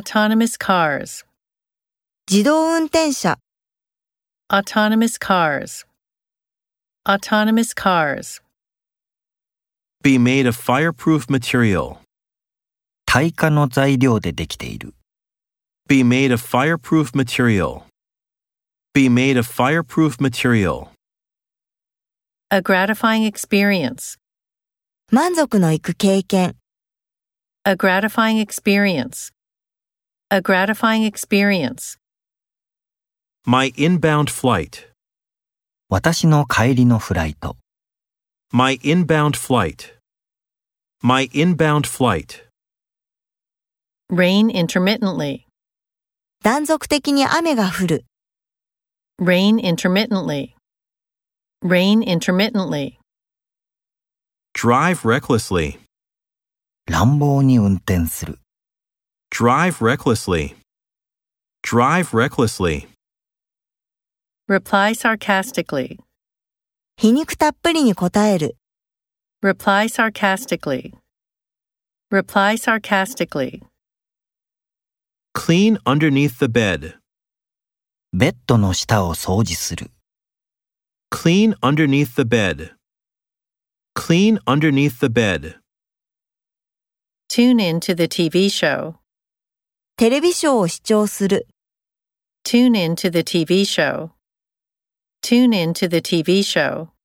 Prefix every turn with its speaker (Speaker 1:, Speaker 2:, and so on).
Speaker 1: autonomous cars,
Speaker 2: 自動運転車、
Speaker 1: autonomous cars, autonomous cars,
Speaker 3: Be made of fireproof material.
Speaker 4: 耐火の材料でできている。
Speaker 3: Be made of fireproof material. Be made of fireproof material.
Speaker 1: a gratifying experience,
Speaker 2: 満足のいく経験、
Speaker 1: a gratifying experience, a gratifying experience,
Speaker 3: My inbound flight.
Speaker 4: 私の帰りのフライト。
Speaker 3: My inbound flight. My inbound flight.
Speaker 1: rain intermittently,
Speaker 2: 断続的に雨が降る、
Speaker 1: rain intermittently, rain intermittently,
Speaker 3: Drive recklessly.
Speaker 4: 乱暴に運転する。
Speaker 3: Drive recklessly. Drive recklessly.
Speaker 1: reply sarcastically,
Speaker 2: 皮肉たっぷりに答える、
Speaker 1: reply sarcastically, reply sarcastically,
Speaker 3: Clean underneath the bed.
Speaker 4: ベッドの下を掃除する。
Speaker 3: Clean underneath the bed. Clean underneath the bed.
Speaker 1: tune in to the TV show,
Speaker 2: テレビショーを視聴する、
Speaker 1: tune in to the TV show, tune in to the TV show.